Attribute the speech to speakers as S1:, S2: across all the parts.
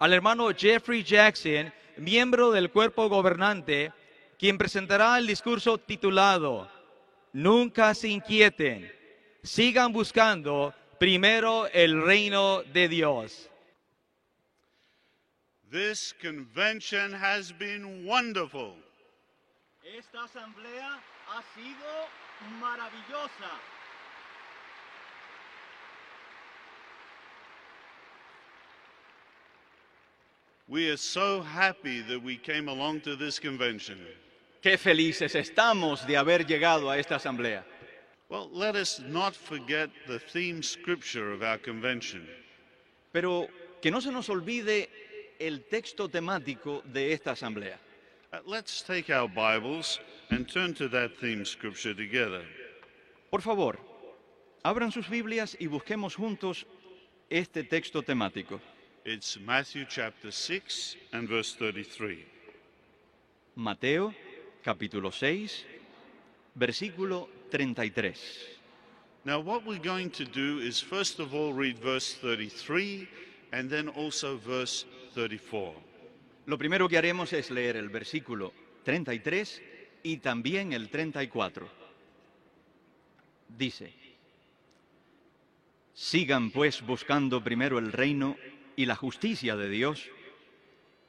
S1: al hermano Jeffrey Jackson, miembro del cuerpo gobernante, quien presentará el discurso titulado Nunca se inquieten, sigan buscando primero el reino de Dios.
S2: This convention has been wonderful.
S3: Esta asamblea ha sido maravillosa.
S2: We are so happy that we came along to this convention.
S3: Qué felices estamos de haber llegado a esta asamblea.
S2: Well, let us not forget the theme scripture of our convention.
S3: Pero que no se nos olvide el texto temático de esta asamblea.
S2: Uh, Let's take our Bibles and turn to that theme scripture together.
S3: Por favor, abran sus Biblias y busquemos juntos este texto temático.
S2: It's Matthew chapter 6 and verse 33.
S3: Mateo capítulo 6, versículo 33.
S2: Now, what we're going to do is first of all read verse 33 and then also verse 34.
S3: Lo primero que haremos es leer el versículo 33 y también el 34. Dice, sigan pues buscando primero el reino y la justicia de Dios,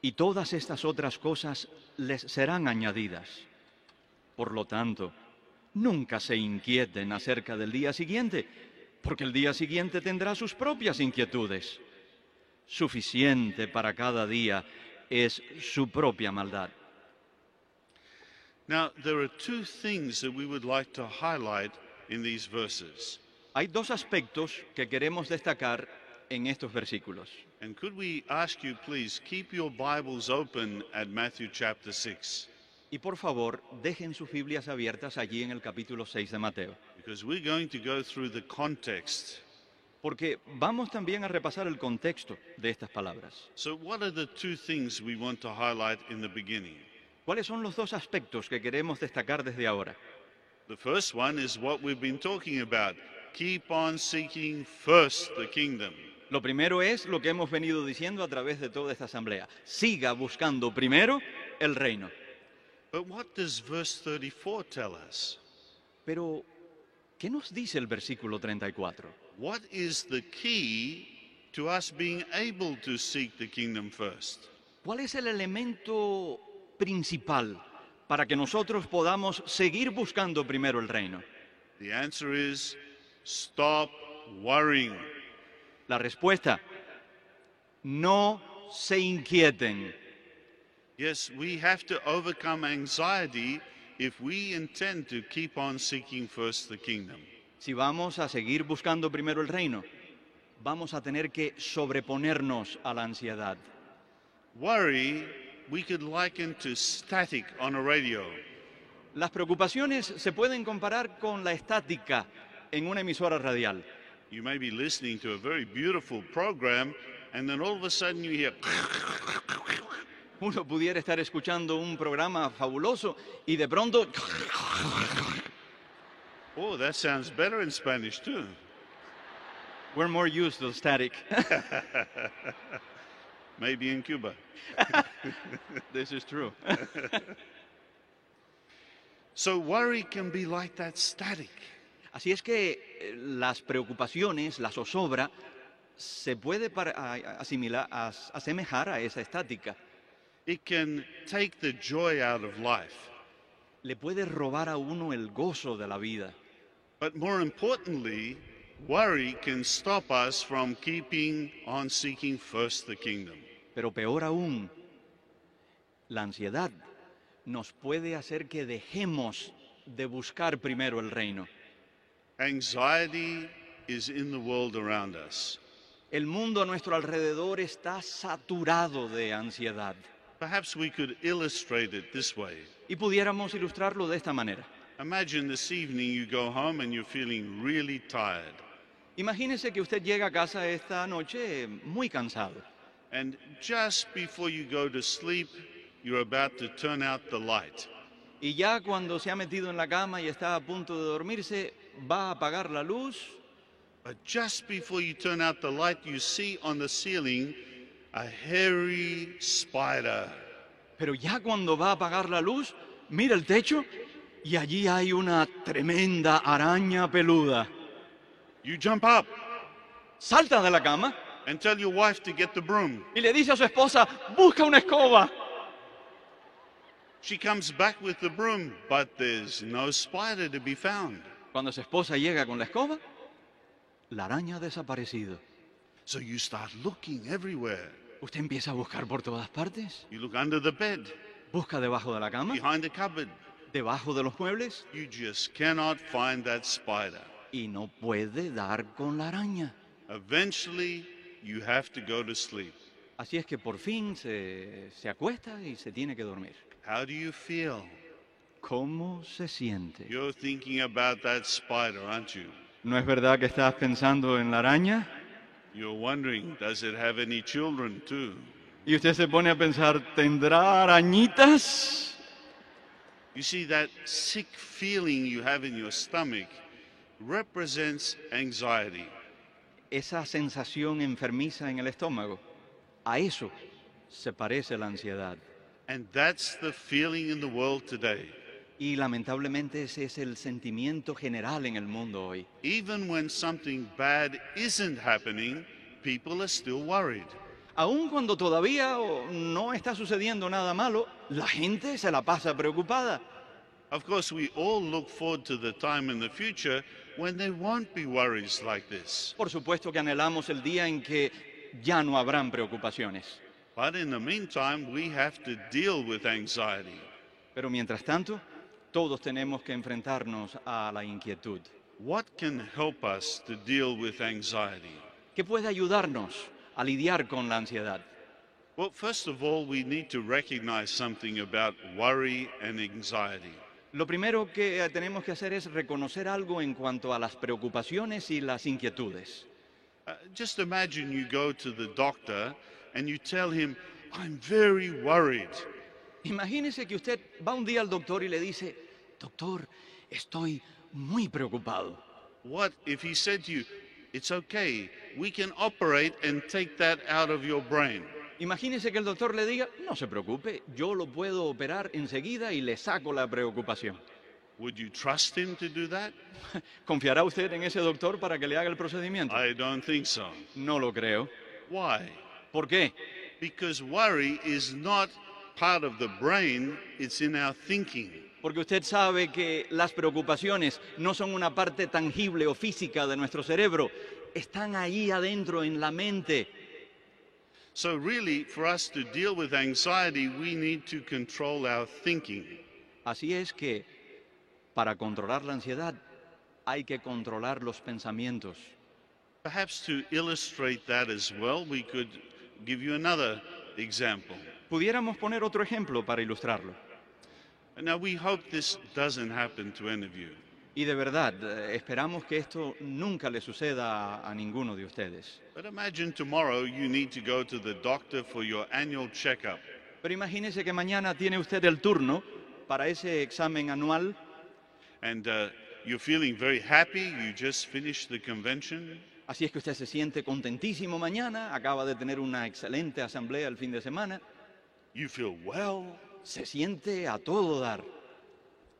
S3: y todas estas otras cosas les serán añadidas. Por lo tanto, nunca se inquieten acerca del día siguiente, porque el día siguiente tendrá sus propias inquietudes. Suficiente para cada día es su propia maldad.
S2: Now, there are two things that we would like to highlight in these verses.
S3: Hay dos aspectos que queremos destacar en estos versículos.
S2: And could we ask you, please, keep your Bibles open at Matthew chapter 6,
S3: Y por favor, dejen sus Biblias abiertas allí en el capítulo 6 de Mateo,
S2: because we're going to go through the context.
S3: porque vamos también a repasar el contexto de estas palabras.
S2: So, what are the two things we want to highlight in the beginning?
S3: ¿Cuáles son los dos aspectos que queremos destacar desde ahora?
S2: The first one is what we've been talking about keep on seeking first the kingdom.
S3: Lo primero es lo que hemos venido diciendo a través de toda esta asamblea. Siga buscando primero el reino.
S2: But what does verse 34 tell us?
S3: Pero, ¿qué nos dice el versículo 34?
S2: What is the key to us being able to seek the kingdom first?
S3: ¿Cuál es el elemento principal para que nosotros podamos seguir buscando primero el reino?
S2: The answer is stop worrying.
S3: La respuesta, no se inquieten.
S2: Yes, we have to overcome anxiety if we intend to keep on seeking first the kingdom.
S3: Si vamos a seguir buscando primero el reino, vamos a tener que sobreponernos a la ansiedad.
S2: Worry we could liken to static on a radio.
S3: Las preocupaciones se pueden comparar con la estática en una emisora radial.
S2: You may be listening to a very beautiful program, and then all of a sudden you hear,
S3: Uno pudiera estar escuchando un programa fabuloso y de pronto,
S2: oh, that sounds better in Spanish too.
S3: we're more used to static.
S2: Maybe in Cuba.
S3: This is true.
S2: So worry can be like that static.
S3: Así es que eh, las preocupaciones, la zozobra, se puede para- a- a- asimilar, as- asemejar a esa estática.
S2: It can take the joy out of life.
S3: Le puede robar a uno el gozo de la vida.
S2: But more importantly, worry can stop us from keeping on seeking first the kingdom.
S3: Pero peor aún, la ansiedad nos puede hacer que dejemos de buscar primero el reino.
S2: Anxiety is in the world around us.
S3: El mundo a nuestro alrededor está saturado de ansiedad.
S2: Perhaps we could illustrate it this way.
S3: Y pudiéramos ilustrarlo de esta manera.
S2: Imagine this evening you go home and you're feeling really tired.
S3: Imagínese que usted llega a casa esta noche eh, muy cansado.
S2: And just before you go to sleep, you're about to turn out the light.
S3: Y ya cuando se ha metido en la cama y está a punto de dormirse, va a apagar la luz
S2: But just before you turn out the light, you see on the ceiling a hairy spider.
S3: Pero ya cuando va a apagar la luz, mira el techo y allí hay una tremenda araña peluda.
S2: You jump up
S3: Salta de la cama
S2: and tell your wife to get the broom.
S3: y le dice a su esposa, busca una escoba.
S2: She comes back with the broom, but there's no spider to be found.
S3: Cuando su esposa llega con la escoba, la araña ha desaparecido.
S2: So you start looking everywhere.
S3: Usted empieza a buscar por todas partes,
S2: You look under the bed,
S3: busca debajo de la cama,
S2: behind the cupboard.
S3: debajo de los muebles
S2: You just cannot find that spider.
S3: y no puede dar con la araña.
S2: Eventually, you have to go to sleep.
S3: Así es que por fin se, se acuesta y se tiene que dormir.
S2: How do you feel?
S3: ¿Cómo se siente?
S2: You're thinking about that spider, aren't you?
S3: ¿No es verdad que estás pensando en la araña?
S2: You're wondering, does it have any children too?
S3: Y usted se pone a pensar, ¿tendrá arañitas?
S2: You see, that sick feeling you have in your stomach represents anxiety.
S3: Esa sensación enfermiza en el estómago. A eso se parece la ansiedad.
S2: And that's the feeling in the world today.
S3: Y lamentablemente ese es el sentimiento general en el mundo hoy.
S2: Even when something bad isn't happening, people are still worried.
S3: Aun cuando todavía oh, no está sucediendo nada malo, la gente se la pasa preocupada.
S2: Of course, we all look forward to the time in the future when there won't be worries like this.
S3: Por supuesto que anhelamos el día en que ya no habrán preocupaciones.
S2: But in the meantime, we have to deal with anxiety.
S3: Pero mientras tanto, todos tenemos que enfrentarnos a la inquietud.
S2: What can help us to deal with anxiety?
S3: ¿Qué puede ayudarnos a lidiar con la ansiedad?
S2: Well, first of all, we need to recognize something about worry and anxiety.
S3: Lo primero que eh, tenemos que hacer es reconocer algo en cuanto a las preocupaciones y las inquietudes.
S2: Uh, just imagine you go to the doctor and you tell him, I'm very worried.
S3: Imagínese que usted va un día al doctor y le dice, doctor, estoy muy preocupado.
S2: What if he said to you, It's okay, we can operate and take that out of your brain?
S3: Imagínese que el doctor le diga, no se preocupe, yo lo puedo operar enseguida y le saco la preocupación.
S2: Would you trust him to do that?
S3: ¿Confiará usted en ese doctor para que le haga el procedimiento?
S2: I don't think so.
S3: No lo creo.
S2: Why?
S3: ¿Por qué?
S2: Because worry is not part of the brain, it's in our thinking.
S3: Porque usted sabe que las preocupaciones no son una parte tangible o física de nuestro cerebro, están ahí adentro en la mente.
S2: So, really, for us to deal with anxiety, we need to control our thinking.
S3: Así es que para controlar la ansiedad hay que controlar los pensamientos.
S2: Perhaps to illustrate that as well, we could give you another example.
S3: Pudiéramos poner otro ejemplo para ilustrarlo.
S2: Now, we hope this doesn't happen to any of you.
S3: Y de verdad, eh, esperamos que esto nunca le suceda a- a ninguno de ustedes.
S2: But imagine tomorrow you need to go to the doctor for your annual checkup.
S3: Pero imagínese que mañana tiene usted el turno para ese examen anual
S2: And uh, you're feeling very happy, you just finished the convention.
S3: Así es que usted se siente contentísimo mañana, acaba de tener una excelente asamblea el fin de semana,
S2: You feel well,
S3: se siente a todo dar,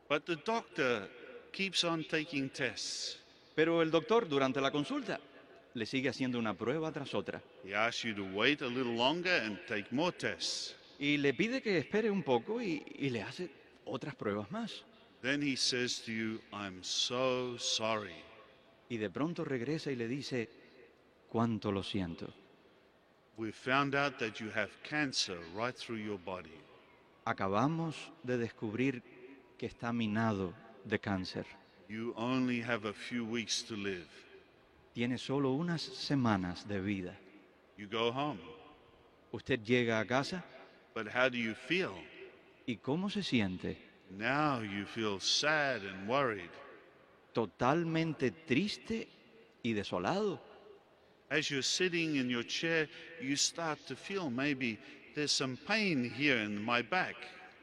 S2: but the doctor keeps on taking tests.
S3: pero el doctor durante la consulta le sigue haciendo una prueba tras otra
S2: He asks you to wait a little longer and take more tests.
S3: y le pide que espere un poco y, y le hace otras pruebas más.
S2: Then he says to you, I'm so sorry.
S3: Y de pronto regresa y le dice, cuánto lo siento,
S2: We've found out that you have cancer right through your body.
S3: acabamos de descubrir que está minado de cáncer.
S2: You only have a few weeks to live.
S3: Tiene solo unas semanas de vida.
S2: You go home.
S3: Usted llega a casa
S2: But how do you feel?
S3: y ¿cómo se siente?
S2: Now you feel sad and worried.
S3: totalmente triste y desolado.
S2: As you're sitting in your chair, you start to feel maybe there's some pain here in my back.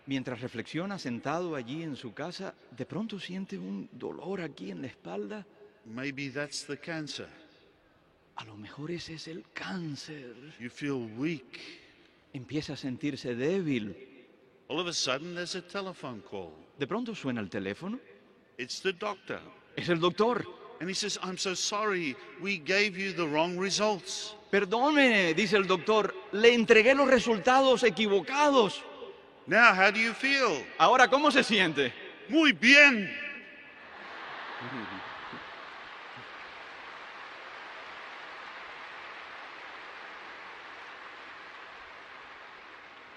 S3: Mientras reflexiona sentado allí en su casa, de pronto siente un dolor aquí en la espalda.
S2: Maybe that's the cancer.
S3: A lo mejor ese es el cáncer.
S2: You feel weak.
S3: Empieza a sentirse débil.
S2: All of a sudden, there's a telephone call.
S3: De pronto suena el teléfono.
S2: It's the doctor.
S3: Es el doctor.
S2: And he says, I'm so sorry, we gave you the wrong results.
S3: Perdone, dice el doctor, le entregué los resultados equivocados.
S2: Now, how do you feel?
S3: Ahora, ¿cómo se siente?
S2: Muy bien.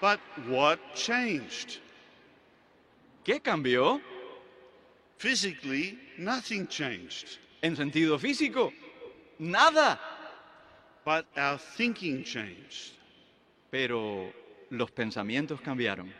S2: But what changed?
S3: ¿Qué cambió?
S2: Physically, nothing changed,
S3: En sentido físico, nada.
S2: but our thinking changed.
S3: Pero los pensamientos cambiaron.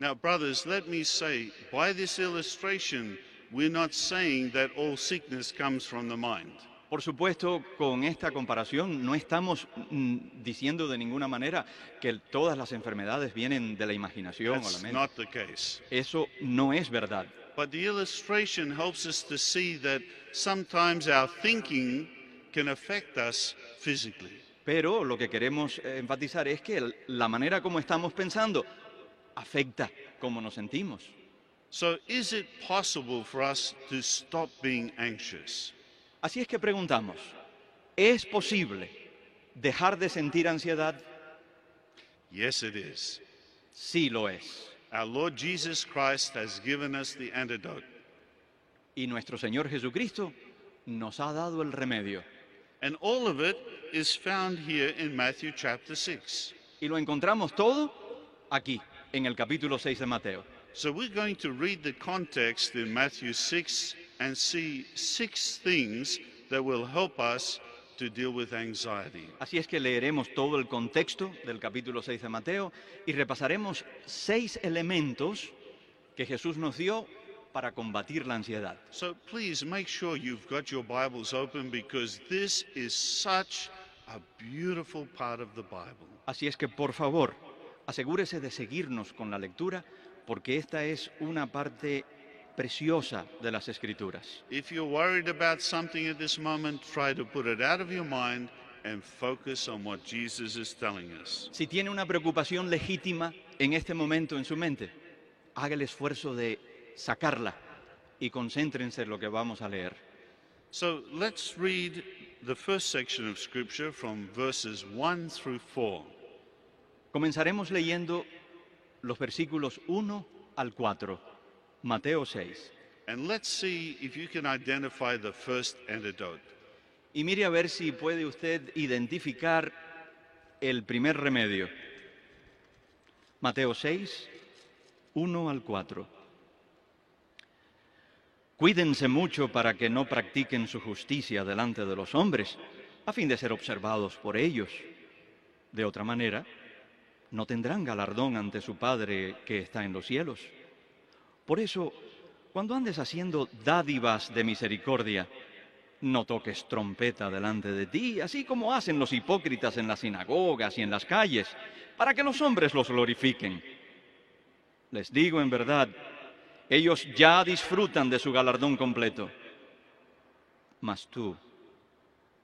S2: Now, brothers, let me say by this illustration, we're not saying that all sickness comes from the mind.
S3: Por supuesto, con esta comparación no estamos mm, diciendo de ninguna manera que el- todas las enfermedades vienen de la imaginación o la
S2: That's
S3: mente.
S2: not the case.
S3: Eso no es verdad.
S2: But the illustration helps us to see that sometimes our thinking can affect us physically.
S3: Pero lo que queremos eh, enfatizar es que el- la manera como estamos pensando afecta cómo nos sentimos.
S2: So, is it possible for us to stop being anxious?
S3: Así es que preguntamos, ¿es posible dejar de sentir ansiedad?
S2: Yes, it is.
S3: Sí lo es.
S2: Our Lord Jesus Christ has given us the antidote,
S3: Y nuestro Señor Jesucristo nos ha dado el remedio.
S2: and all of it is found here in Matthew chapter 6.
S3: Y lo encontramos todo aquí, en el capítulo 6 de Mateo.
S2: So, we're going to read the context in Matthew 6 and see six things that will help us to deal with anxiety.
S3: Así es que leeremos todo el contexto del capítulo 6 de Mateo y repasaremos seis elementos que Jesús nos dio para combatir la ansiedad.
S2: So please make sure you've got your Bibles open because this is such a beautiful part of the Bible.
S3: Así es que, por favor, asegúrese de seguirnos con la lectura porque esta es una parte preciosa de las escrituras.
S2: If you're worried about something at this moment, try to put it out of your mind and focus on what Jesus is telling us.
S3: Si tiene una preocupación legítima en este momento en su mente, haga el esfuerzo de sacarla y concéntrense en lo que vamos a leer.
S2: So let's read the first section of Scripture from verses 1 through 4.
S3: Comenzaremos leyendo los versículos 1 al 4, Mateo 6.
S2: And let's see if you can identify the first antidote.
S3: Y mire a ver si puede usted identificar el primer remedio. Mateo 6, 1 al 4. Cuídense mucho para que no practiquen su justicia delante de los hombres, a fin de ser observados por ellos. De otra manera, no tendrán galardón ante su Padre que está en los cielos. Por eso, cuando andes haciendo dádivas de misericordia, no toques trompeta delante de ti, así como hacen los hipócritas en las sinagogas y en las calles, para que los hombres los glorifiquen. Les digo en verdad, ellos ya disfrutan de su galardón completo. Mas tú,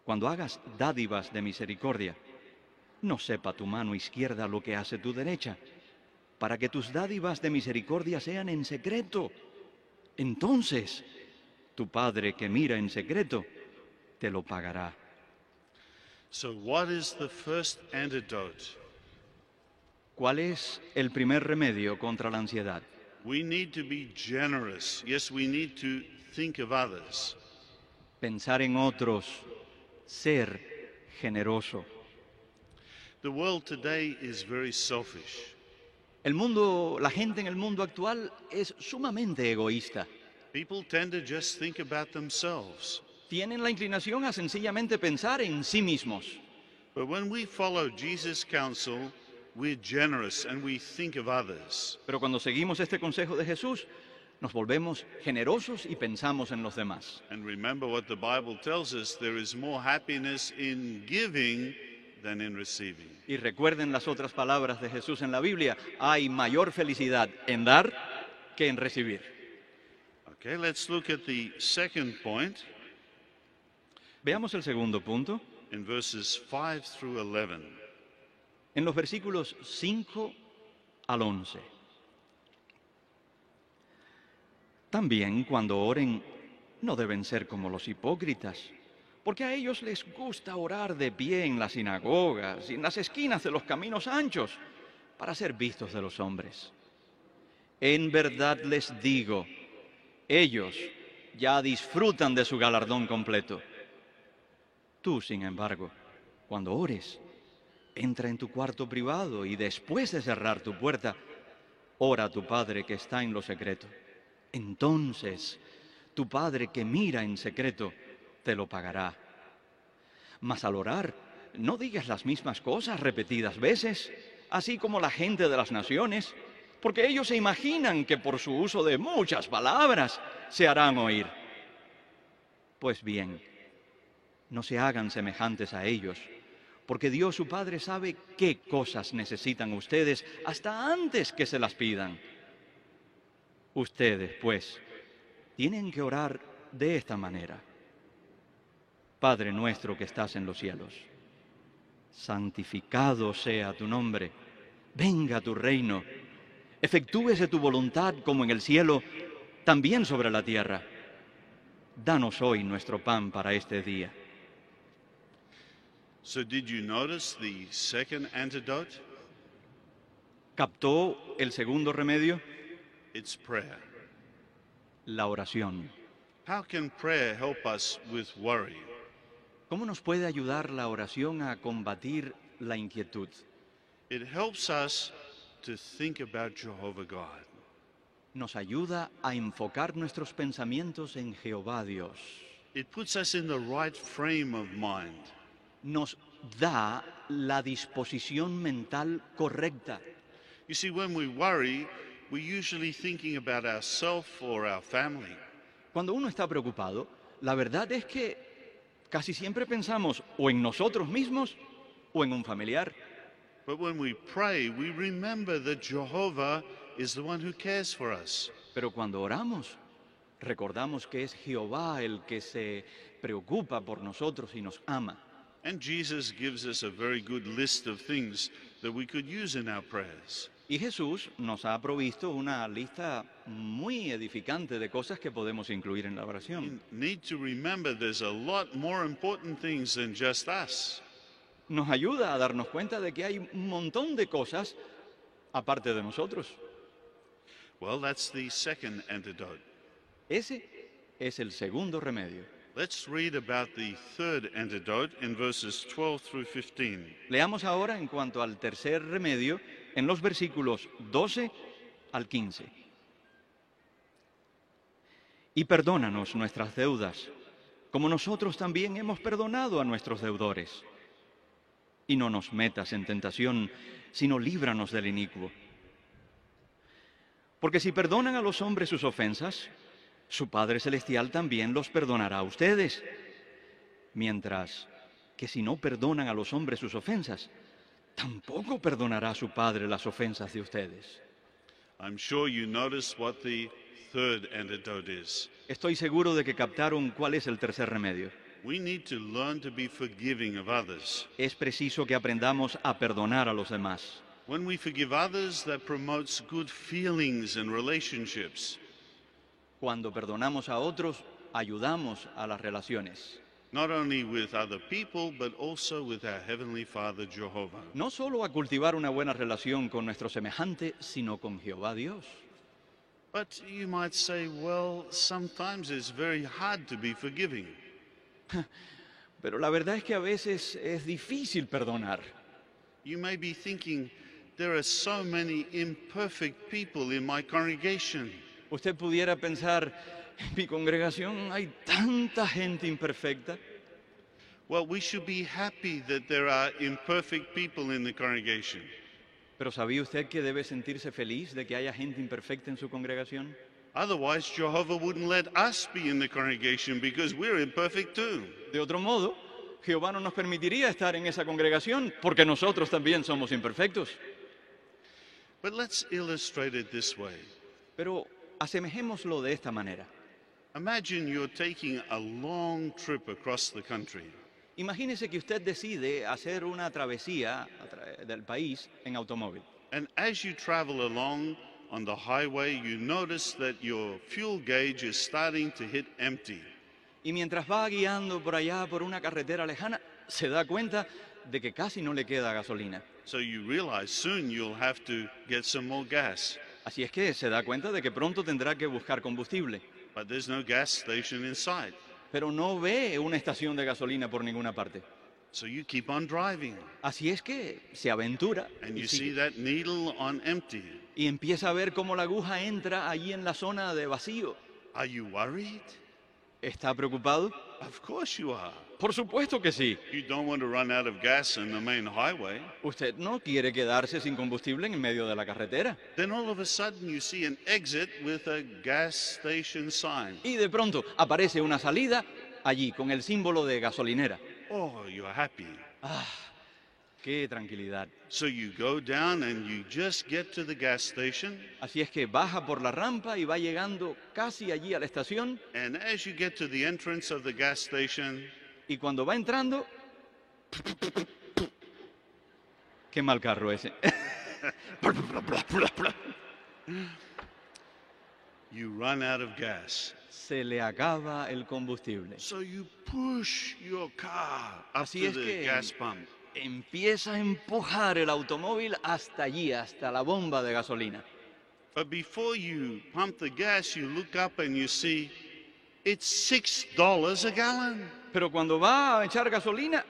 S3: cuando hagas dádivas de misericordia, no sepa tu mano izquierda lo que hace tu derecha, para que tus dádivas de misericordia sean en secreto. Entonces, tu Padre que mira en secreto, te lo pagará.
S2: So, what is the first antidote?
S3: ¿Cuál es el primer remedio contra la ansiedad?
S2: We need to be generous. Yes, we need to think of others.
S3: Pensar en otros, ser generoso.
S2: The world today is very selfish.
S3: El mundo, la gente en el mundo actual es sumamente egoísta.
S2: People tend to just think about themselves.
S3: Tienen la inclinación a sencillamente pensar en sí mismos.
S2: But when we follow Jesus' counsel, we're generous and we think of others.
S3: Pero cuando seguimos este consejo de Jesús, nos volvemos generosos y pensamos en los demás.
S2: And remember what the Bible tells us there is more happiness in giving than in receiving.
S3: Y recuerden las otras palabras de Jesús en la Biblia. Hay mayor felicidad en dar que en recibir.
S2: Okay, let's look at the second point.
S3: Veamos el segundo punto.
S2: in verses 5 through 11.
S3: en los versículos 5 al 11. También cuando oren, no deben ser como los hipócritas, porque a ellos les gusta orar de pie en las sinagogas y en las esquinas de los caminos anchos, para ser vistos de los hombres. En verdad les digo, ellos ya disfrutan de su galardón completo. Tú, sin embargo, cuando ores, entra en tu cuarto privado y después de cerrar tu puerta, ora a tu Padre que está en lo secreto. Entonces, tu Padre que mira en secreto, te lo pagará. Mas al orar, no digas las mismas cosas repetidas veces, así como la gente de las naciones, porque ellos se imaginan que por su uso de muchas palabras se harán oír. Pues bien, no se hagan semejantes a ellos, porque Dios su Padre sabe qué cosas necesitan ustedes hasta antes que se las pidan. Ustedes, pues, tienen que orar de esta manera. Padre nuestro que estás en los cielos, santificado sea tu nombre, venga tu reino, efectúese tu voluntad como en el cielo, también sobre la tierra. Danos hoy nuestro pan para este día.
S2: So, did you notice the second antidote?
S3: ¿Captó el segundo remedio?
S2: It's prayer.
S3: La oración.
S2: How can prayer help us with worry?
S3: ¿Cómo nos puede ayudar la oración a combatir la inquietud?
S2: It helps us to think about Jehovah God.
S3: Nos ayuda a enfocar nuestros pensamientos en Jehová Dios.
S2: It puts us in the right frame of mind.
S3: Nos da la disposición mental correcta.
S2: You see, when we worry, we're usually thinking about ourselves or our family.
S3: Cuando uno está preocupado, la verdad es que casi siempre pensamos o en nosotros mismos o en un familiar.
S2: But when we pray, we remember that Jehovah is the one who cares for us.
S3: Pero cuando oramos, recordamos que es Jehová el que se preocupa por nosotros y nos ama.
S2: And Jesus gives us a very good list of things that we could use in our prayers.
S3: Y Jesús nos ha provisto una lista muy edificante de cosas que podemos incluir en la
S2: You
S3: oración.
S2: need to remember there's a lot more important things than just us.
S3: Nos ayuda a darnos cuenta de que hay un montón de cosas aparte de nosotros.
S2: Well, that's the second antidote.
S3: Ese es el segundo remedio.
S2: Let's read about the third antidote in verses 12 through 15.
S3: Leamos ahora en cuanto al tercer remedio en los versículos 12 al 15. Y perdónanos nuestras deudas, como nosotros también hemos perdonado a nuestros deudores. Y no nos metas en tentación, sino líbranos del inicuo. Porque si perdonan a los hombres sus ofensas, su Padre Celestial también los perdonará a ustedes. Mientras que si no perdonan a los hombres sus ofensas, tampoco perdonará a su Padre las ofensas de ustedes.
S2: I'm sure you noticed what the third antidote is.
S3: Estoy seguro de que captaron cuál es el tercer remedio.
S2: We need to learn to be forgiving of others.
S3: Es preciso que aprendamos a perdonar a los demás.
S2: When we forgive others, that promotes good feelings and relationships.
S3: Cuando perdonamos a otros, ayudamos a las relaciones,
S2: not only with other people, but also with our Heavenly Father Jehovah.
S3: no solo a cultivar una buena relación con nuestro semejante, sino con Jehová Dios.
S2: But you might say, well, sometimes it's very hard to be forgiving.
S3: Pero la verdad es que a veces es difícil perdonar.
S2: You may be thinking, there are so many imperfect people in my congregation.
S3: Usted pudiera pensar, en mi congregación hay tanta gente imperfecta.
S2: Well, we should be happy that there are imperfect people in the congregation.
S3: Pero ¿sabía usted que debe sentirse feliz de que haya gente imperfecta en su congregación?
S2: Otherwise, Jehovah wouldn't let us be in the congregation because we're imperfect too.
S3: De otro modo, Jehová no nos permitiría estar en esa congregación porque nosotros también somos imperfectos.
S2: But let's illustrate it this way.
S3: Pero asemejémoslo de esta manera.
S2: Imagine you're taking a long trip across the country.
S3: Imagínese que usted decide hacer una travesía a tra- del país en automóvil.
S2: And as you travel along on the highway, you notice that your fuel gauge is starting to hit empty.
S3: Y mientras va guiando por allá por una carretera lejana, se da cuenta de que casi no le queda gasolina.
S2: So you realize soon you'll have to get some more gas.
S3: Así es que se da cuenta de que pronto tendrá que buscar combustible.
S2: But there's no gas station in sight.
S3: Pero no ve una estación de gasolina por ninguna parte.
S2: So you keep on driving
S3: Así es que se aventura
S2: and
S3: y,
S2: you
S3: sigue.
S2: see that needle on empty.
S3: y empieza a ver cómo la aguja entra allí en la zona de vacío.
S2: Are you worried?
S3: ¿Está preocupado?
S2: Of course you are.
S3: Por supuesto que sí.
S2: You don't want to run out of gas in the main highway.
S3: Usted no quiere quedarse sin combustible en medio de la carretera.
S2: Then all of a sudden you see an exit with a gas station sign.
S3: Y de pronto aparece una salida allí con el símbolo de gasolinera.
S2: Oh, you're happy.
S3: ¡Ah! ¡Qué tranquilidad!
S2: So you go down and you just get to the gas station.
S3: Así es que baja por la rampa y va llegando casi allí a la estación
S2: And as you get to the entrance of the gas station,
S3: y cuando va entrando... ¡Qué mal carro ese!
S2: you run out of gas.
S3: Se le acaba el combustible.
S2: So you push your car up
S3: Así
S2: to
S3: es
S2: the
S3: que-
S2: gas pump.
S3: Empieza a empujar el automóvil hasta allí, hasta la bomba de gasolina.
S2: But before you pump the gas, you look up and you see it's six dollars a gallon.
S3: Pero cuando va a echar gasolina,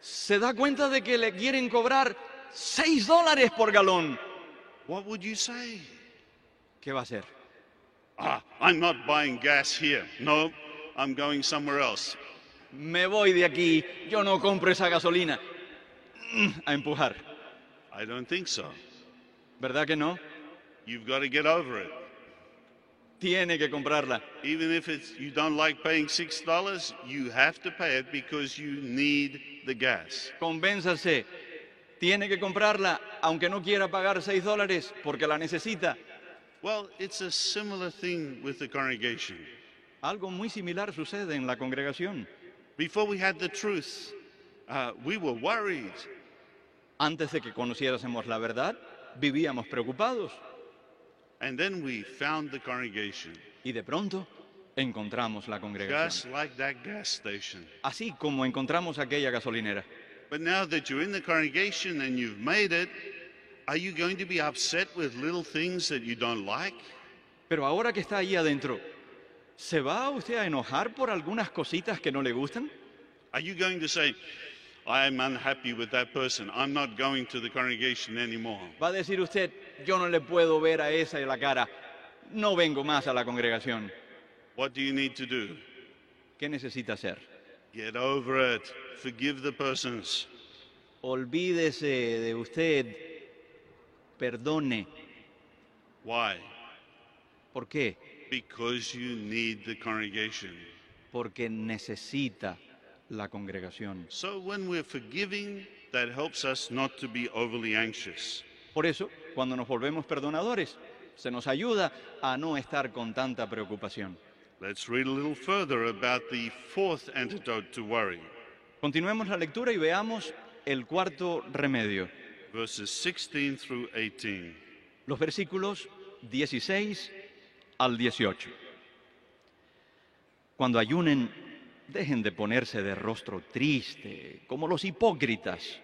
S3: se da cuenta de que le quieren cobrar 6 dólares por galón.
S2: What would you say?
S3: ¿Qué va a hacer?
S2: Ah, I'm not buying gas here. No, I'm going somewhere else.
S3: Me voy de aquí, yo no compro esa gasolina. Mm, A empujar,
S2: I don't think so.
S3: ¿verdad que no?
S2: You've got to get over it.
S3: Tiene que comprarla.
S2: Even if it's you don't like paying six dollars, you have to pay it because you need the gas.
S3: Convénzase. Tiene que comprarla, aunque no quiera pagar 6 dólares porque la necesita.
S2: Well, it's a similar thing with the congregation.
S3: Algo muy similar sucede en la congregación.
S2: Before we had the truth, uh, we were worried.
S3: Antes de que conociésemos la verdad, vivíamos preocupados
S2: And then we found the congregation,
S3: y de pronto encontramos la congregación.
S2: just like that gas station.
S3: así como encontramos aquella gasolinera.
S2: But now that you're in the congregation and you've made it, are you going to be upset with little things that you don't like?
S3: Pero ahora que está ahí adentro, ¿se va usted a enojar por algunas cositas que no le gustan?
S2: Are you going to say, I'm unhappy with that person, I'm not going to the congregation anymore?
S3: Va a decir usted, yo no le puedo ver a esa en la cara, no vengo más a la congregación.
S2: What do you need to do?
S3: ¿Qué necesita hacer?
S2: Get over it. Forgive the persons.
S3: Olvídese de usted, perdone.
S2: Why?
S3: ¿Por qué?
S2: Because you need the congregation.
S3: Porque necesita la congregación.
S2: So when we're forgiving, that helps us not to be overly anxious.
S3: Por eso, cuando nos volvemos perdonadores, se nos ayuda a no estar con tanta preocupación.
S2: Let's read a little further about the fourth antidote to worry,
S3: Continuemos la lectura y veamos el cuarto remedio,
S2: verses 16 through 18.
S3: los versículos 16 al 18. Cuando ayunen, dejen de ponerse de rostro triste, como los hipócritas,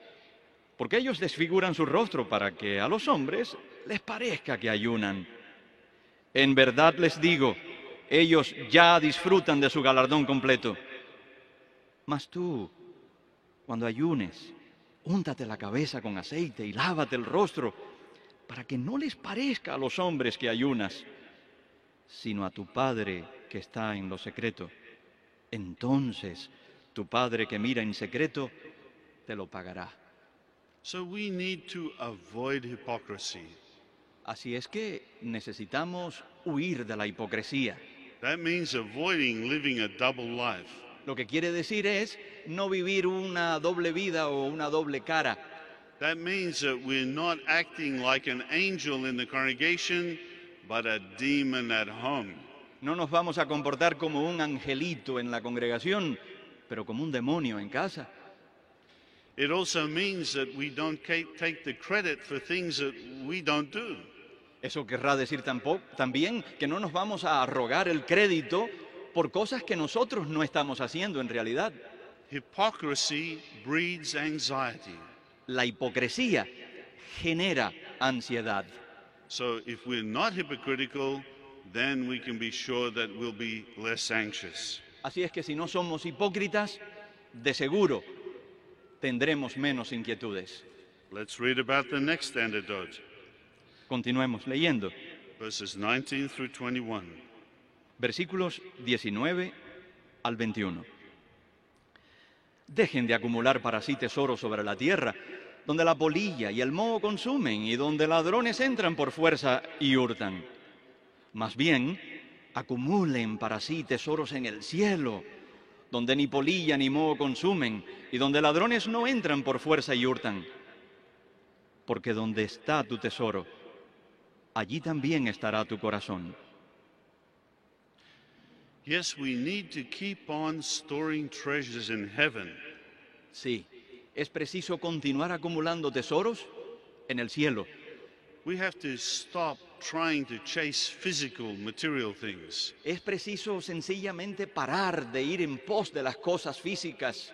S3: porque ellos desfiguran su rostro para que a los hombres les parezca que ayunan. En verdad les digo, ellos ya disfrutan de su galardón completo. Mas tú, cuando ayunes, úntate la cabeza con aceite y lávate el rostro, para que no les parezca a los hombres que ayunas, sino a tu Padre que está en lo secreto. Entonces, tu Padre que mira en secreto, te lo pagará.
S2: So we need to avoid hypocrisy.
S3: Así es que necesitamos huir de la hipocresía.
S2: That means avoiding living a double life.
S3: Lo que quiere decir es no vivir una doble vida o una doble cara,
S2: That means that we're not acting like an angel in the congregation, but a demon at home.
S3: No nos vamos a comportar como un angelito en la congregación, pero como un demonio en casa.
S2: It also means that we don't ca- take the credit for things that we don't do.
S3: Eso querrá decir tampoco, también que no nos vamos a arrogar el crédito por cosas que nosotros no estamos haciendo en realidad.
S2: Hypocrisy breeds anxiety.
S3: La hipocresía genera ansiedad.
S2: So if we're not hypocritical, then we can be sure that we'll be less anxious.
S3: Así es que si no somos hipócritas, de seguro tendremos menos inquietudes.
S2: Let's read about the next antidote,
S3: Continuemos leyendo.
S2: verses 19 through 21.
S3: versículos 19 al 21. Dejen de acumular para sí tesoros sobre la tierra, donde la polilla y el moho consumen y donde ladrones entran por fuerza y hurtan. Más bien, acumulen para sí tesoros en el cielo, donde ni polilla ni moho consumen y donde ladrones no entran por fuerza y hurtan. Porque donde está tu tesoro, allí también estará tu corazón.
S2: Yes, we need to keep on storing treasures in heaven,
S3: Sí, es preciso continuar acumulando tesoros en el cielo.
S2: We have to stop trying to chase physical, material things.
S3: Es preciso sencillamente parar de ir en pos de las cosas físicas.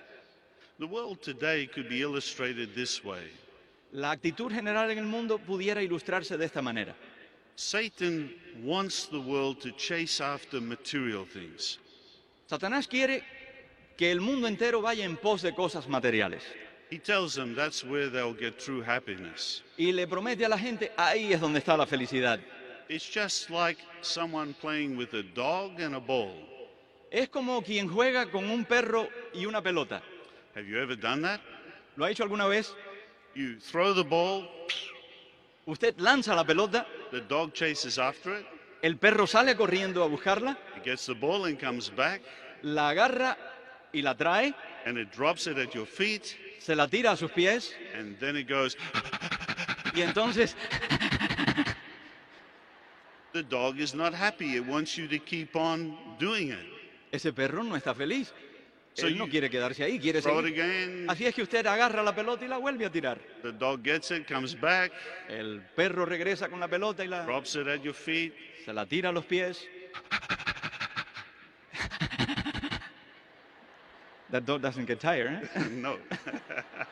S2: The world today could be illustrated this way
S3: La actitud general en el mundo pudiera ilustrarse de esta manera.
S2: Satan wants the world to chase after material things.
S3: Satanás quiere que el mundo entero vaya en pos de cosas materiales
S2: He tells them that's where they'll get true happiness.
S3: y le promete a la gente, ahí es donde está la felicidad.
S2: It's just like someone playing with a dog and a ball.
S3: Es como quien juega con un perro y una pelota.
S2: Have you ever done that?
S3: ¿Lo ha hecho alguna vez?
S2: You throw the ball,
S3: Usted lanza la pelota,
S2: the dog chases after it,
S3: el perro sale corriendo a buscarla,
S2: it gets the ball and comes back,
S3: la agarra y la trae,
S2: and it drops it at your feet,
S3: se la tira a sus pies
S2: and then it goes,
S3: y entonces
S2: the dog is not happy. It wants you to keep on doing it.
S3: ese perro no está feliz.
S2: So
S3: Él no
S2: you
S3: quiere quedarse ahí, quiere
S2: Throw it
S3: seguir.
S2: again,
S3: Así es que usted agarra la pelota y la vuelve a tirar.
S2: the dog gets it, comes back,
S3: El perro regresa con la pelota y la,
S2: drops it at your feet,
S3: se la tira a los pies. That dog doesn't get tired. ¿eh?
S2: No.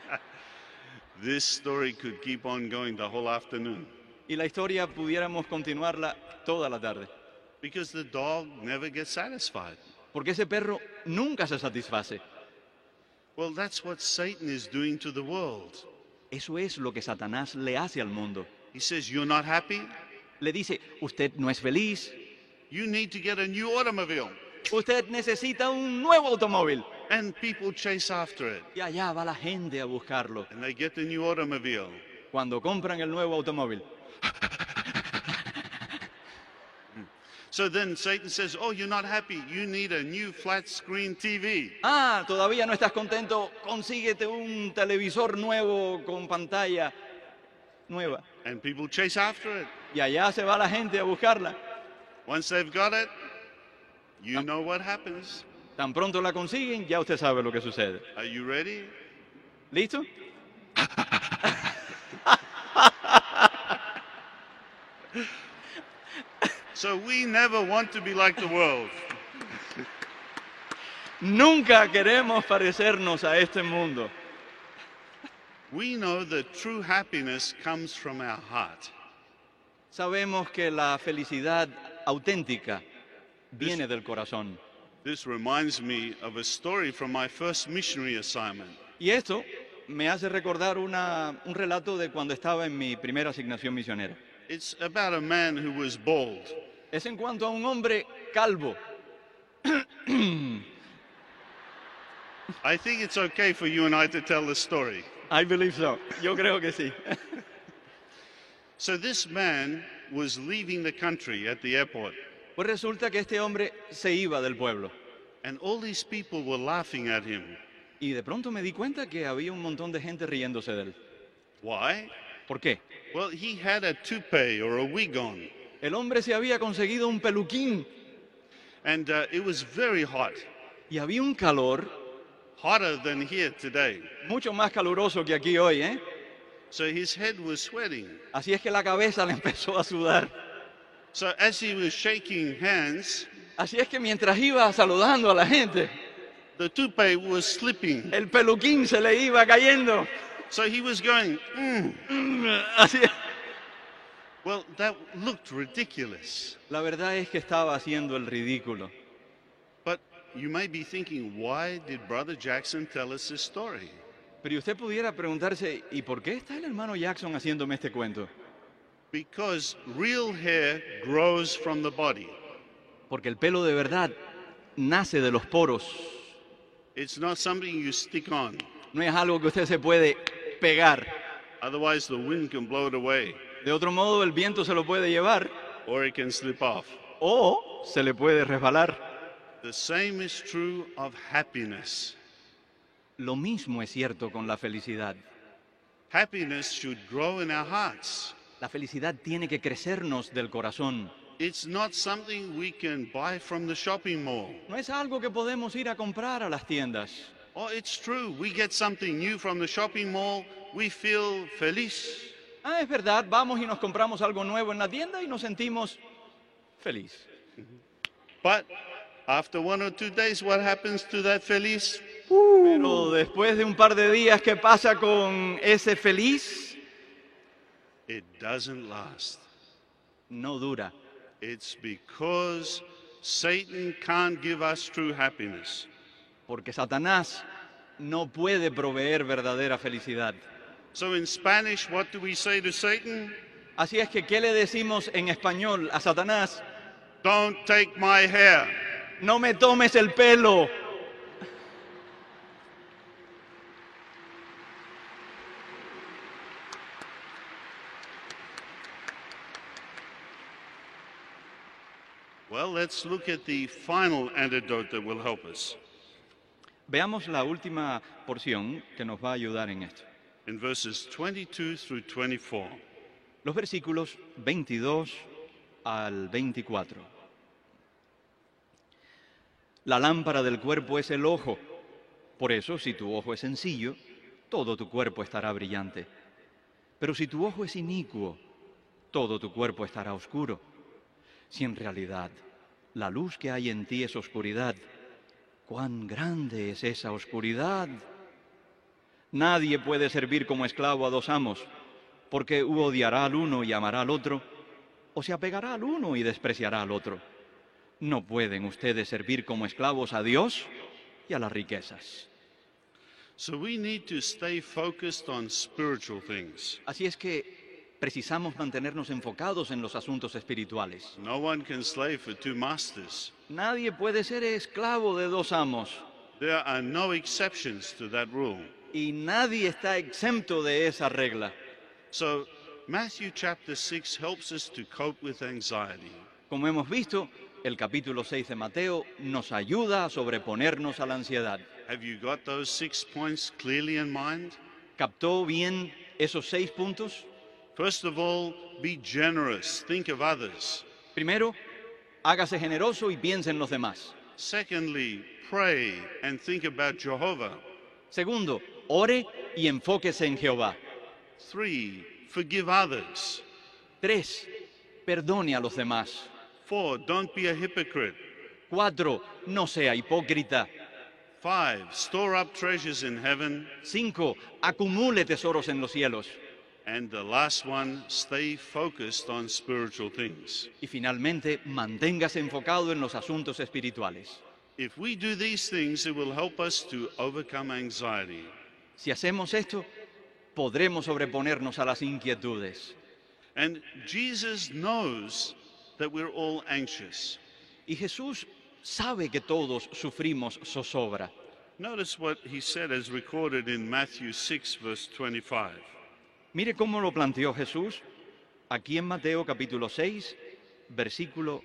S2: this story could keep on going the whole afternoon
S3: Y la historia pudiéramos continuarla toda la tarde.
S2: because the dog never gets satisfied.
S3: Porque ese perro nunca se satisface.
S2: Well, that's what Satan is doing to the world.
S3: Eso es lo que Satanás le hace al mundo.
S2: He says, You're not happy?
S3: Le dice, usted no es feliz,
S2: You need to get a new automobile.
S3: Usted necesita un nuevo automóvil.
S2: And people chase after it.
S3: Y allá va la gente a buscarlo.
S2: And they get the new automobile.
S3: Cuando compran el nuevo automóvil.
S2: So then Satan says, Oh, you're not happy. You need a new flat screen TV.
S3: Ah, todavía no estás contento. Consíguete un televisor nuevo con pantalla nueva.
S2: And people chase after it.
S3: Y allá se va la gente a buscarla.
S2: Once they've got it, you know what happens.
S3: Tan pronto la consiguen, ya usted sabe lo que sucede.
S2: Are you ready?
S3: ¿Listo?
S2: So we never want to be like the world.
S3: Nunca queremos parecernos a este mundo.
S2: We know that true happiness comes from our heart.
S3: Sabemos que la felicidad auténtica viene del corazón.
S2: This reminds me of a story from my first missionary assignment.
S3: Y esto me hace recordar una- un relato de cuando estaba en mi primera asignación misionera.
S2: It's about a man who was bald.
S3: Es en cuanto a un hombre calvo.
S2: I think it's okay for you and I to tell the story.
S3: I believe so. Yo creo que sí.
S2: So this man was leaving the country at the airport,
S3: Pues resulta que este hombre se iba del pueblo.
S2: and all these people were laughing at him.
S3: Y de pronto me di cuenta que había un montón de gente riéndose de él.
S2: Why?
S3: ¿Por qué?
S2: Well, he had a toupee or a wig on,
S3: El hombre se había conseguido un peluquín
S2: and uh, it was very hot.
S3: y había un calor
S2: hotter than here today.
S3: Mucho más caluroso que aquí hoy, ¿eh?
S2: So his head was sweating.
S3: Así es que la cabeza le empezó a sudar.
S2: So as he was shaking hands,
S3: Así es que mientras iba saludando a la gente,
S2: the toupee was slipping.
S3: el peluquín se le iba cayendo.
S2: So he was going, "Mm."
S3: Así es.
S2: well, that looked ridiculous.
S3: La verdad es que estaba haciendo el ridículo.
S2: But you may be thinking, why did Brother Jackson tell us this story?
S3: Pero usted pudiera preguntarse, ¿y por qué está el hermano Jackson haciéndome este cuento?
S2: Because real hair grows from the body.
S3: Porque el pelo de verdad nace de los poros.
S2: It's not something you stick on.
S3: No es algo que usted se puede pegar.
S2: Otherwise, the wind can blow it away
S3: De otro modo, el viento se lo puede llevar
S2: or it can slip off.
S3: o se le puede resbalar.
S2: The same is true of happiness.
S3: Lo mismo es cierto con la felicidad.
S2: Happiness should grow in our hearts.
S3: La felicidad tiene que crecernos del corazón.
S2: It's not something we can buy from the shopping mall.
S3: No es algo que podemos ir a comprar a las tiendas.
S2: Oh, it's true. We get something new from the shopping mall. We feel feliz.
S3: Ah, es verdad, vamos y nos compramos algo nuevo en la tienda y nos sentimos feliz.
S2: But after one or two days, what happens to that feliz?
S3: Pero después de un par de días, ¿qué pasa con ese feliz?
S2: It doesn't last.
S3: No dura.
S2: It's because Satan can't give us true happiness.
S3: Porque Satanás no puede proveer verdadera felicidad.
S2: So in Spanish, what do we say to Satan?
S3: Así es que, ¿qué le decimos en español a Satanás?
S2: Don't take my hair.
S3: No me tomes el pelo.
S2: Well, let's look at the final antidote that will help us.
S3: Veamos la última porción que nos va a ayudar en esto.
S2: In verses 22 through 24,
S3: Los versículos 22 al 24. La lámpara del cuerpo es el ojo. Por eso, si tu ojo es sencillo, todo tu cuerpo estará brillante. Pero si tu ojo es inicuo, todo tu cuerpo estará oscuro. Si en realidad la luz que hay en ti es oscuridad, cuán grande es esa oscuridad. Nadie puede servir como esclavo a dos amos, porque u odiará al uno y amará al otro, o se apegará al uno y despreciará al otro. No pueden ustedes servir como esclavos a Dios y a las riquezas.
S2: so we need to stay focused on spiritual things.
S3: Así es que precisamos mantenernos enfocados en los asuntos espirituales.
S2: No one can slave for two masters.
S3: Nadie puede ser esclavo de dos amos
S2: There are no exceptions to that rule.
S3: y nadie está exento de esa regla.
S2: So Matthew chapter 6 helps us to cope with anxiety.
S3: Como hemos visto, el capítulo 6 de Mateo nos ayuda a sobreponernos a la ansiedad.
S2: Have you got those six points clearly in mind?
S3: ¿Captó bien esos seis puntos?
S2: First of all, be generous, think of others.
S3: Primero, hágase generoso y piense en los demás.
S2: Secondly, pray and think about Jehovah.
S3: Segundo, ore y enfóquese en Jehová.
S2: Three, forgive others.
S3: Tres, perdone a los demás.
S2: Four, don't be a hypocrite.
S3: Cuatro, no sea hipócrita.
S2: Five, store up treasures in heaven.
S3: Cinco, acumule tesoros en los cielos.
S2: And the last one, stay focused on spiritual things.
S3: Y finalmente, manténgase enfocado en los asuntos espirituales.
S2: If we do these things, it will help us to overcome anxiety.
S3: Si hacemos esto, podremos sobreponernos a las inquietudes.
S2: And Jesus knows that we're all anxious.
S3: Y Jesús sabe que todos sufrimos zozobra.
S2: Notice what he said as recorded in Matthew 6, verse 25.
S3: Mire cómo lo planteó Jesús aquí en Mateo capítulo 6, versículo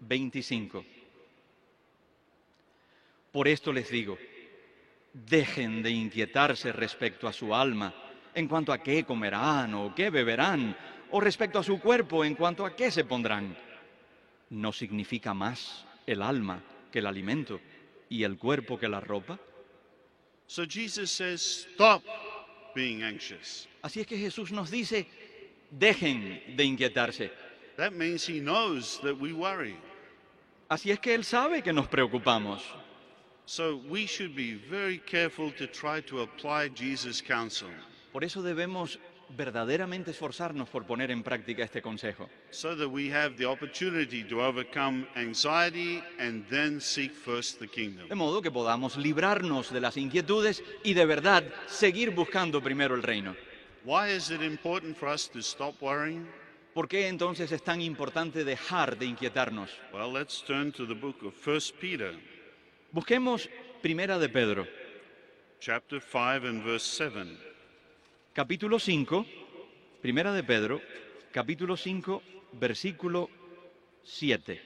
S3: 25. Por esto les digo, dejen de inquietarse respecto a su alma, en cuanto a qué comerán o qué beberán, o respecto a su cuerpo, en cuanto a qué se pondrán. ¿No significa más el alma que el alimento y el cuerpo que la ropa?
S2: So Jesus says, Stop being anxious.
S3: Así es que Jesús nos dice, dejen de inquietarse.
S2: That means he knows that we worry.
S3: Así es que Él sabe que nos preocupamos.
S2: So we should be very careful to try to apply Jesus' counsel.
S3: Por eso debemos verdaderamente esforzarnos por poner en práctica este consejo.
S2: so that we have the opportunity to overcome anxiety and then seek first the
S3: De
S2: kingdom.
S3: modo que podamos librarnos de las inquietudes y de verdad seguir buscando primero el reino.
S2: Why is it important for us to stop worrying?
S3: ¿Por qué entonces es tan importante dejar de inquietarnos?
S2: Well, let's turn to the book of 1 Peter,
S3: Busquemos Primera de Pedro,
S2: chapter 5 and verse 7.
S3: capítulo 5, Primera de Pedro, capítulo 5, versículo 7.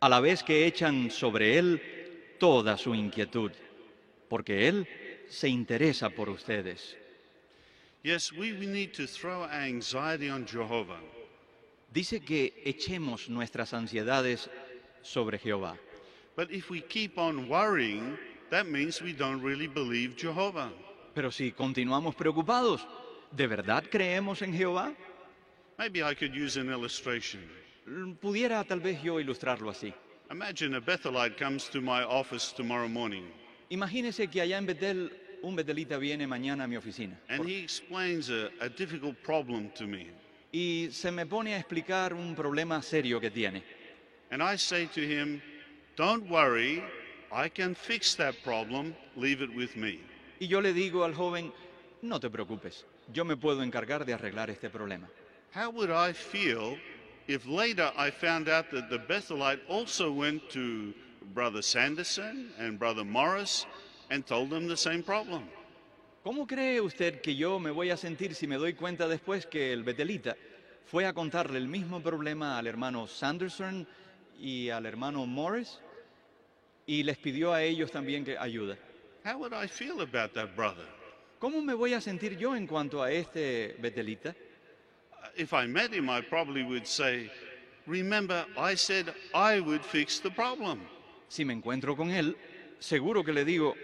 S3: A la vez que echan sobre él toda su inquietud, porque él se interesa por ustedes.
S2: Yes, we, we need to throw our anxiety on Jehovah.
S3: Dice que echemos nuestras ansiedades sobre Jehová.
S2: But if we keep on worrying, that means we don't really believe Jehovah.
S3: Pero si continuamos preocupados, ¿de verdad creemos en Jehová?
S2: Maybe I could use an illustration.
S3: Mm, Pudiera tal vez yo ilustrarlo así.
S2: Imagine a Bethelite comes to my office tomorrow morning
S3: Imagínese que allá en Betel un betelita viene mañana a mi oficina
S2: and he explains a, a difficult problem to me.
S3: y se me pone a explicar un problema serio que tiene.
S2: And I say to him, Don't worry, I can fix that problem, leave it with me.
S3: Y yo le digo al joven, no te preocupes, yo me puedo encargar de arreglar este problema.
S2: How would I feel if later I found out that the Bethelite also went to Brother Sanderson and Brother Morris and told them the same problem?
S3: ¿Cómo cree usted que yo me voy a sentir si me doy cuenta después que el Betelita fue a contarle el mismo problema al hermano Sanderson y al hermano Morris y les pidió a ellos también que ayuda?
S2: How would I feel about that brother?
S3: ¿Cómo me voy a sentir yo en cuanto a este Betelita?
S2: Uh, If I met him, I probably would say, Remember, I said I would fix the problem.
S3: Si me encuentro con él, seguro que le digo,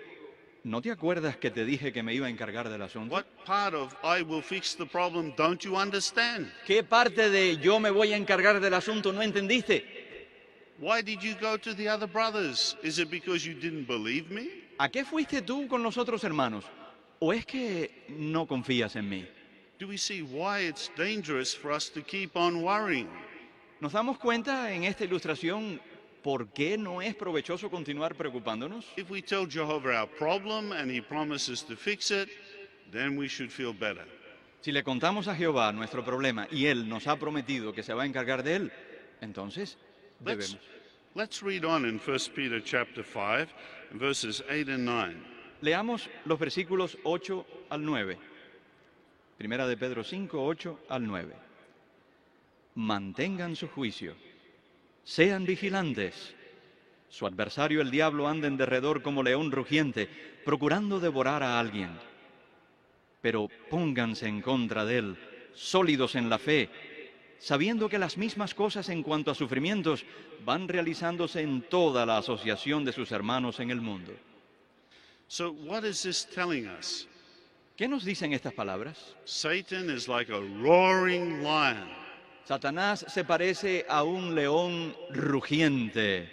S3: ¿no te acuerdas que te dije que me iba a encargar del asunto?
S2: What part of I will fix the problem don't you understand?
S3: ¿Qué parte de yo me voy a encargar del asunto no entendiste?
S2: Why did you go to the other brothers? Is it because you didn't believe me?
S3: ¿A qué fuiste tú con los otros hermanos? ¿O es que no confías en mí?
S2: Do we see why it's dangerous for us to keep on worrying?
S3: Nos damos cuenta en esta ilustración por qué no es provechoso continuar preocupándonos.
S2: If we tell Jehovah our problem and he promises to fix it, then we should feel better.
S3: Si le contamos a Jehová nuestro problema y Él nos ha prometido que se va a encargar de Él, entonces
S2: Let's,
S3: debemos.
S2: let's read on in 1 Peter chapter 5, verses 8 and 9.
S3: Leamos los versículos 8 al 9. Primera de Pedro 5, 8 al 9. Mantengan su juicio, sean vigilantes. Su adversario el diablo anda en derredor como león rugiente, procurando devorar a alguien. Pero pónganse en contra de él, sólidos en la fe, sabiendo que las mismas cosas en cuanto a sufrimientos van realizándose en toda la asociación de sus hermanos en el mundo.
S2: So, what is this telling us?
S3: ¿Qué nos dicen estas palabras?
S2: Satan is like a roaring lion.
S3: Satanás se parece a un león rugiente.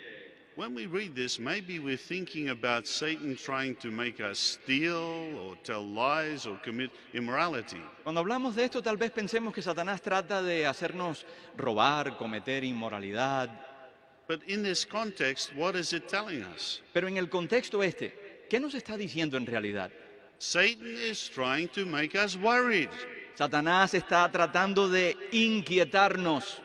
S2: When we read this, maybe we're thinking about Satan trying to make us steal or tell lies or commit immorality.
S3: Cuando hablamos de esto, tal vez pensemos que Satanás trata de hacernos robar, cometer inmoralidad.
S2: But in this context, what is it telling us?
S3: Pero en el contexto este, ¿qué nos está diciendo en realidad?
S2: Satan is trying to make us worried.
S3: Satanás está tratando de inquietarnos.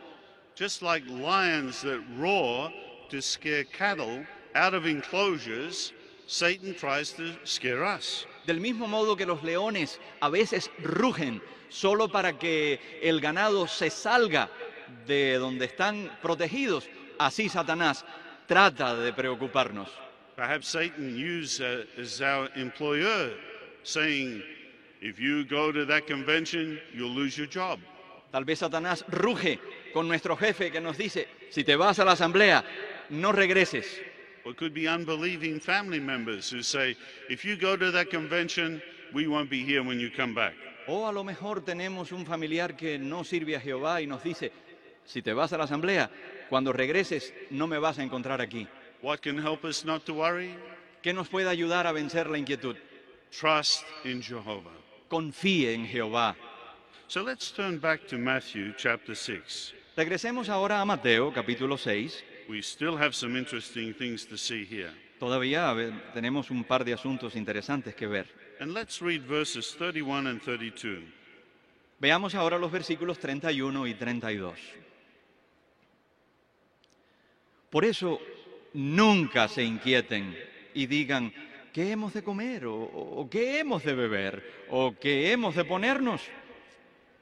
S2: Just like lions that roar to scare cattle out of enclosures, Satan tries to scare us.
S3: Del mismo modo que los leones a veces rugen solo para que el ganado se salga de donde están protegidos, así Satanás trata de preocuparnos.
S2: Perhaps Satan used uh, as our employer, saying, if you go to that convention, you'll lose your job.
S3: Tal vez Satanás ruge con nuestro jefe que nos dice, si te vas a la asamblea, no regreses.
S2: Or it could be unbelieving family members who say, if you go to that convention, we won't be here when you come back.
S3: O a lo mejor tenemos un familiar que no sirve a Jehová y nos dice, si te vas a la asamblea, cuando regreses no me vas a encontrar aquí.
S2: What can help us not to worry?
S3: ¿Qué nos puede ayudar a vencer la inquietud?
S2: Trust in Jehovah.
S3: Confíe en Jehová.
S2: So let's turn back to Matthew chapter 6.
S3: Regresemos ahora a Mateo capítulo 6.
S2: We still have some interesting things to see here.
S3: Todavía a ver, tenemos un par de asuntos interesantes que ver.
S2: And let's read verses 31 and 32.
S3: Veamos ahora los versículos 31 y 32. Por eso, nunca se inquieten y digan, ¿qué hemos de comer? ¿O, o qué hemos de beber? ¿O qué hemos de ponernos?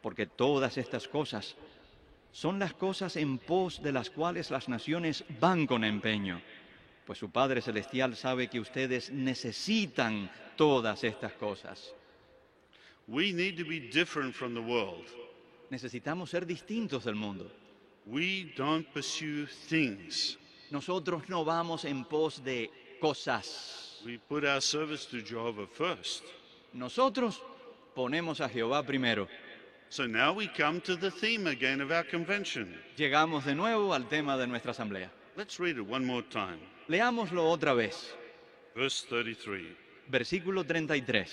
S3: Porque todas estas cosas son las cosas en pos de las cuales las naciones van con empeño. Pues su Padre Celestial sabe que ustedes necesitan todas estas cosas.
S2: We need to be different from the world.
S3: Necesitamos ser distintos del mundo.
S2: We don't pursue things.
S3: Nosotros no vamos en pos de cosas.
S2: We put our service to Jehovah first.
S3: Nosotros ponemos a Jehová primero.
S2: So now we come to the theme again of our convention.
S3: Llegamos de nuevo al tema de nuestra asamblea.
S2: Let's read it one more time.
S3: Leámoslo otra vez.
S2: Verse 33.
S3: Versículo 33.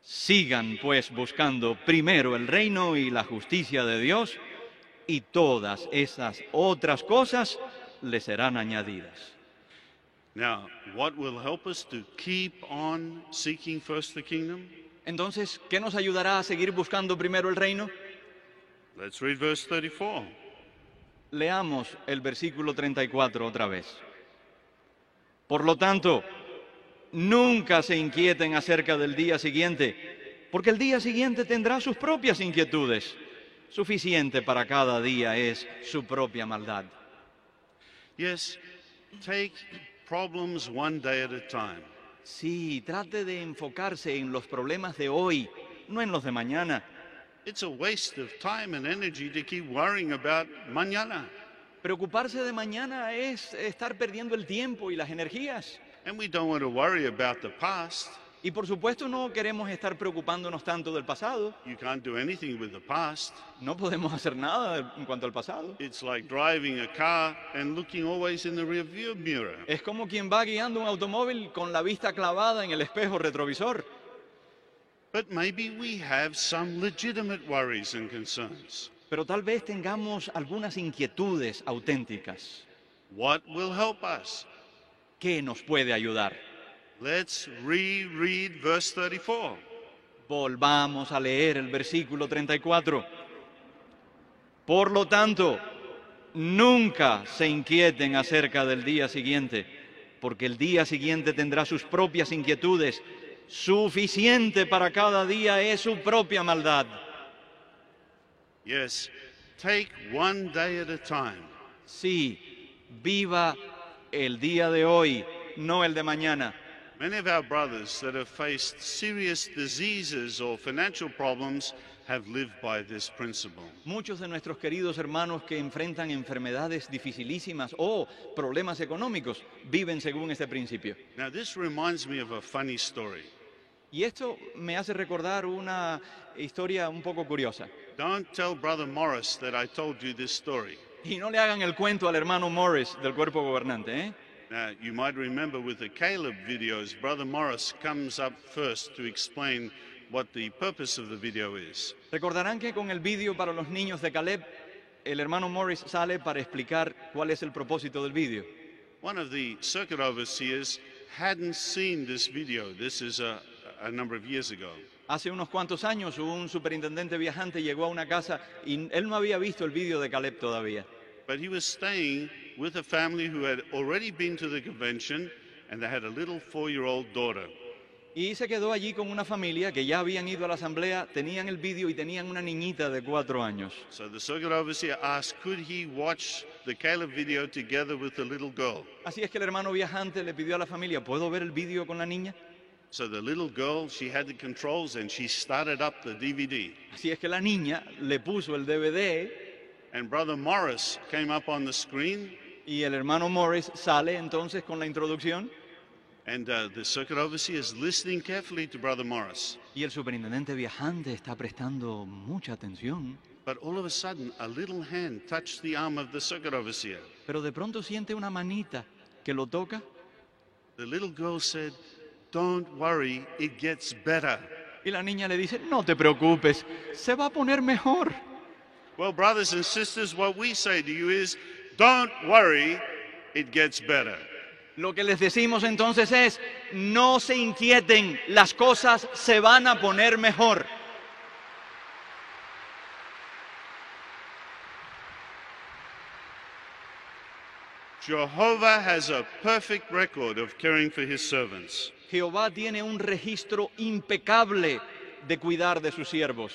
S3: Sigan pues buscando primero el reino y la justicia de Dios y todas esas otras cosas les serán añadidas.
S2: Now, what will help us to keep on seeking first the kingdom?
S3: Entonces, ¿qué nos ayudará a seguir buscando primero el reino?
S2: Let's read verse 34.
S3: Leamos el versículo 34 otra vez. Por lo tanto, nunca se inquieten acerca del día siguiente, porque el día siguiente tendrá sus propias inquietudes. Suficiente para cada día es su propia maldad.
S2: Yes, take problems one day at a time.
S3: Sí, trate de enfocarse en los problemas de hoy, no en los de mañana.
S2: It's a waste of time and energy to keep worrying about mañana.
S3: Preocuparse de mañana es estar perdiendo el tiempo y las energías.
S2: And we don't want to worry about the past.
S3: Y por supuesto no queremos estar preocupándonos tanto del pasado.
S2: You can't do anything with the past.
S3: No podemos hacer nada en cuanto al pasado.
S2: It's like driving a car and looking always in the rearview mirror.
S3: Es como quien va guiando un automóvil con la vista clavada en el espejo retrovisor.
S2: But maybe we have some legitimate worries and concerns.
S3: Pero tal vez tengamos algunas inquietudes auténticas.
S2: What will help us?
S3: ¿Qué nos puede ayudar?
S2: Let's reread verse 34.
S3: Volvamos a leer el versículo 34. Por lo tanto, nunca se inquieten acerca del día siguiente, porque el día siguiente tendrá sus propias inquietudes. Suficiente para cada día es su propia maldad.
S2: Yes, take one day at a time.
S3: Sí, viva el día de hoy, no el de mañana.
S2: Many of our brothers that have faced serious diseases or financial problems have lived by this principle.
S3: Muchos de nuestros queridos hermanos que enfrentan enfermedades dificilísimas o problemas económicos viven según este principio.
S2: Now, this reminds me of a funny story.
S3: Y esto me hace recordar una historia un poco curiosa.
S2: Don't tell Brother Morris that I told you this story.
S3: Y no le hagan el cuento al hermano Morris del cuerpo gobernante, ¿eh?
S2: Now, you might remember with the Caleb videos, Brother Morris comes up first to explain what the purpose of the video is.
S3: Recordarán que con el vídeo para los niños de Caleb, el hermano Morris sale para explicar cuál es el propósito del vídeo.
S2: One of the circuit overseers hadn't seen this video. This is a, a number of years ago.
S3: Hace unos cuantos años un superintendente viajante llegó a una casa y él no había visto el vídeo de Caleb todavía.
S2: But he was staying with a family who had already been to the convention and they had a little four year old daughter.
S3: Y se quedó allí con una familia que ya habían ido a la asamblea, tenían el vídeo y tenían una niñita de cuatro años.
S2: So the circuit overseer asked, could he watch the Caleb video together with the little girl?
S3: Así es que el hermano viajante le pidió a la familia, ¿puedo ver el vídeo con la niña?
S2: So the little girl, she had the controls and she started up the DVD.
S3: Así es que la niña le puso el DVD
S2: And Brother Morris came up on the screen
S4: Y el hermano Morris sale entonces con la introducción
S2: And uh, the circuit overseer is listening carefully to Brother Morris.
S3: Y el superintendente viajante está prestando mucha atención,
S2: But all of a sudden, a little hand touched the arm of the circuit overseer.
S3: pero de pronto siente una manita que lo toca
S2: The little girl said, Don't worry, it gets better.
S3: y la niña le dice, no te preocupes, Pues, se va a poner mejor.
S2: Well, brothers and sisters, what we say to you is, Don't worry, it gets better.
S3: Lo que les decimos entonces es, no se inquieten, las cosas se van a poner mejor.
S2: Jehovah has a perfect record of caring for his servants.
S3: Jehová tiene un registro impecable de cuidar de sus siervos.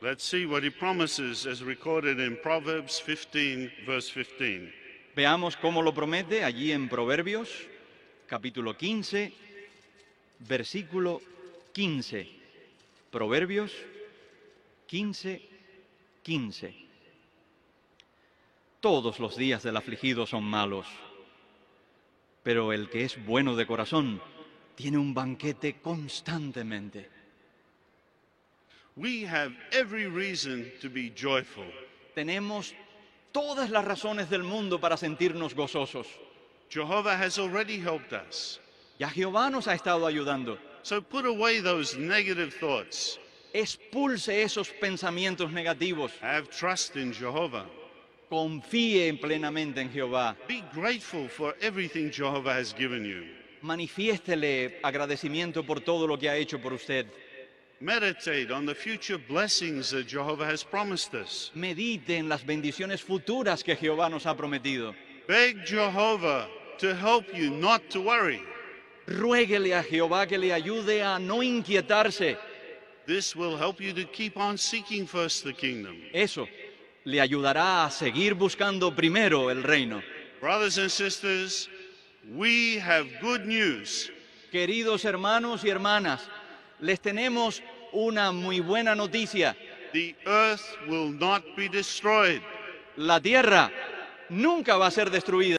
S2: Let's see what he promises as recorded in Proverbs 15, verse 15.
S3: Veamos cómo lo promete allí en Proverbios, capítulo 15, versículo 15. Proverbios 15, 15. Todos los días del afligido son malos, pero el que es bueno de corazón tiene un banquete constantemente.
S2: We have every reason to be joyful.
S3: Tenemos todas las razones del mundo para sentirnos gozosos.
S2: Jehovah has already helped us.
S3: Ya Jehová nos ha estado ayudando.
S2: So put away those negative thoughts.
S3: Expulse esos pensamientos negativos.
S2: Have trust in Jehovah.
S3: Confíe plenamente en Jehová.
S2: Be grateful for everything Jehovah has given you.
S3: Manifiéstele agradecimiento por todo lo que ha hecho por usted.
S2: Meditate on the future blessings that Jehovah has promised us.
S3: Medite en las bendiciones futuras que Jehová nos ha prometido.
S2: Beg Jehovah to help you not to worry.
S3: Ruéguele a Jehová que le ayude a no inquietarse.
S2: This will help you to keep on seeking first the kingdom.
S3: Eso le ayudará a seguir buscando primero el reino.
S2: Brothers and sisters, we have good news.
S3: Queridos hermanos y hermanas, les tenemos una muy buena noticia.
S2: The earth will not be destroyed.
S3: La tierra nunca va a ser destruida.